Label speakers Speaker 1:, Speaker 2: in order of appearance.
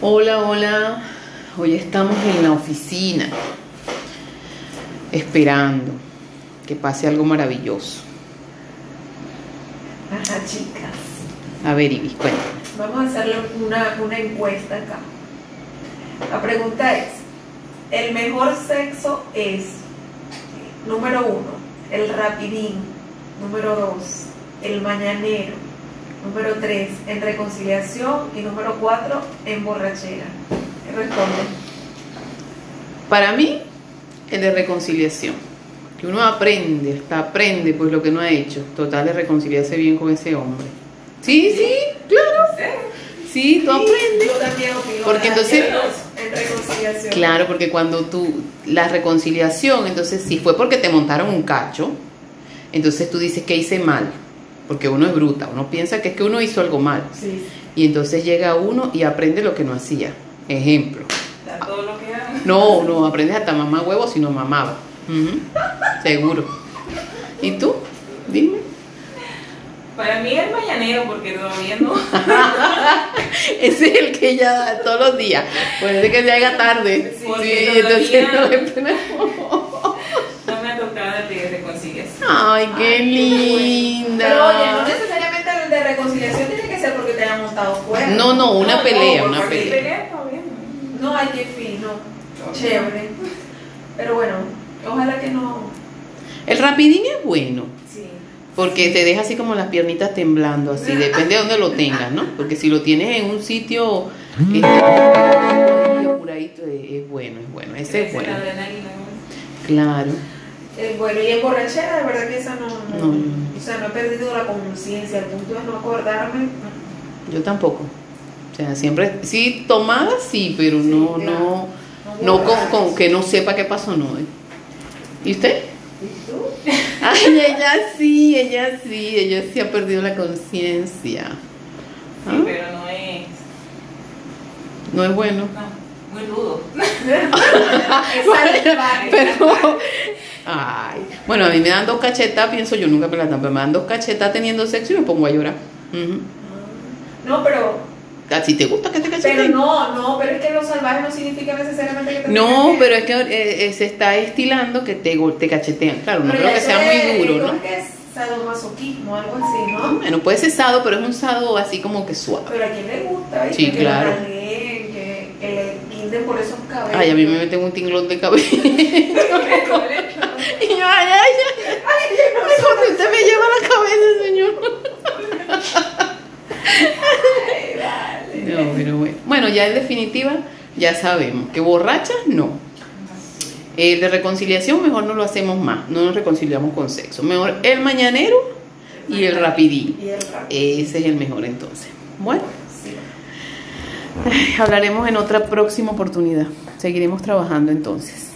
Speaker 1: Hola, hola. Hoy estamos en la oficina esperando que pase algo maravilloso.
Speaker 2: Ajá, chicas.
Speaker 1: A ver, Ibis, cuéntame.
Speaker 2: Vamos a hacerle una, una encuesta acá. La pregunta es, ¿el mejor sexo es, número uno, el rapidín? Número dos, el mañanero. Número tres, en reconciliación. Y número cuatro, en borrachera. ¿Qué Responde.
Speaker 1: Para mí, el de reconciliación. Que uno aprende, hasta aprende pues lo que no ha hecho. Total, de reconciliarse bien con ese hombre. Sí, sí, claro. Sí, tú aprendes.
Speaker 2: Yo también opino.
Speaker 1: Porque entonces-
Speaker 2: En reconciliación.
Speaker 1: Claro, porque cuando tú, la reconciliación, entonces si fue porque te montaron un cacho, entonces tú dices que hice mal, porque uno es bruta, uno piensa que es que uno hizo algo mal,
Speaker 2: Sí,
Speaker 1: y entonces llega uno y aprende lo que no hacía. Ejemplo.
Speaker 2: está todo lo que hago.
Speaker 1: No, no, aprendes hasta mamá huevo si no mamaba. Ujú, Seguro. ¿Y tú? Dime.
Speaker 3: Para mí es mañanero porque todavía no.
Speaker 1: Ese es el que ella da todos los días. Puede que llega tarde.
Speaker 3: Sí,
Speaker 1: Sí,
Speaker 3: porque
Speaker 1: entonces
Speaker 3: todavía-
Speaker 1: no le ponemos.
Speaker 3: No me ha tocado el día de reconciliación.
Speaker 1: Ay, qué linda.
Speaker 2: Pero oye, no necesariamente el de reconciliación tiene que ser porque te hayan montado fuera.
Speaker 1: No, no, una
Speaker 3: No,
Speaker 1: pelea,
Speaker 3: no,
Speaker 1: una
Speaker 3: porque
Speaker 1: pelea.
Speaker 3: todavía no.
Speaker 2: No, hay que fino. Chévere. Pero bueno, ojalá que no.
Speaker 1: El rapidín es bueno,
Speaker 2: Sí.
Speaker 1: porque te deja así como las piernitas temblando, así, depende de dónde lo tengas, ¿no? Porque si lo tienes en un sitio este, ahí apuradito, eh, es es bueno, es bueno, ese es
Speaker 3: Esa
Speaker 1: bueno.
Speaker 3: adrenalina,
Speaker 1: Claro.
Speaker 2: Eh, bueno, y en borrachera, de verdad que esa no. no-
Speaker 1: No.
Speaker 2: O sea, no he perdido la conciencia. El punto es no acordarme.
Speaker 1: Yo tampoco. O sea, siempre, sí, tomada sí, pero no,
Speaker 2: Sí,
Speaker 1: no,
Speaker 2: claro.
Speaker 1: no con,
Speaker 2: borrar.
Speaker 1: con que no sepa qué pasó, no. ¿eh? ¿Y usted?
Speaker 2: ¿Y tú?
Speaker 1: Ay, ella sí, ella sí, ella sí ha perdido la conciencia.
Speaker 3: ¿no?
Speaker 1: Ah,
Speaker 3: Sí, pero no es.
Speaker 1: No es bueno.
Speaker 3: No, muy rudo.
Speaker 2: Esa
Speaker 1: Pero, ay, bueno, a mí me dan dos cachetas, pienso yo, nunca me las dan, pero me dan dos cachetas teniendo sexo y me pongo a llorar. Ujú.
Speaker 2: No, pero,
Speaker 1: Ah, Si te gusta que te
Speaker 2: pero
Speaker 1: cacheten.
Speaker 2: no, no, pero es que lo salvaje no significa necesariamente que te
Speaker 1: No,
Speaker 2: tengas que-
Speaker 1: pero es que eh, eh, se está estilando que te, gol- te cachetean. Claro, no
Speaker 2: Pero
Speaker 1: creo
Speaker 2: ya
Speaker 1: que
Speaker 2: eso
Speaker 1: sea
Speaker 2: es-
Speaker 1: muy duro,
Speaker 2: creo
Speaker 1: ¿no?
Speaker 2: que es sadomasoquismo, algo así, ¿no?
Speaker 1: Bueno, puede ser sado, pero es un sado así como que suave.
Speaker 2: Pero a quien le gusta, ¿viste?
Speaker 1: Sí,
Speaker 2: que
Speaker 1: claro.
Speaker 2: lo nalguen, que, que le quinden por esos cabellos.
Speaker 1: Ay, a mí me meten un tinglón de cabello. y yo, ay, ay, ay,
Speaker 2: Ay, yo no me
Speaker 1: ¿dónde usted me lleva la cabeza, señor?
Speaker 2: Ay, vale.
Speaker 1: No, pero bueno. Bueno, ya en definitiva, ya sabemos que borrachas no. El de reconciliación mejor no lo hacemos más, no nos reconciliamos con sexo. Mejor el mañanero y el rapidín.
Speaker 2: Y el rap.
Speaker 1: Ese es el mejor entonces. Bueno,
Speaker 2: Sí.
Speaker 1: ay, hablaremos en otra próxima oportunidad. Seguiremos trabajando entonces.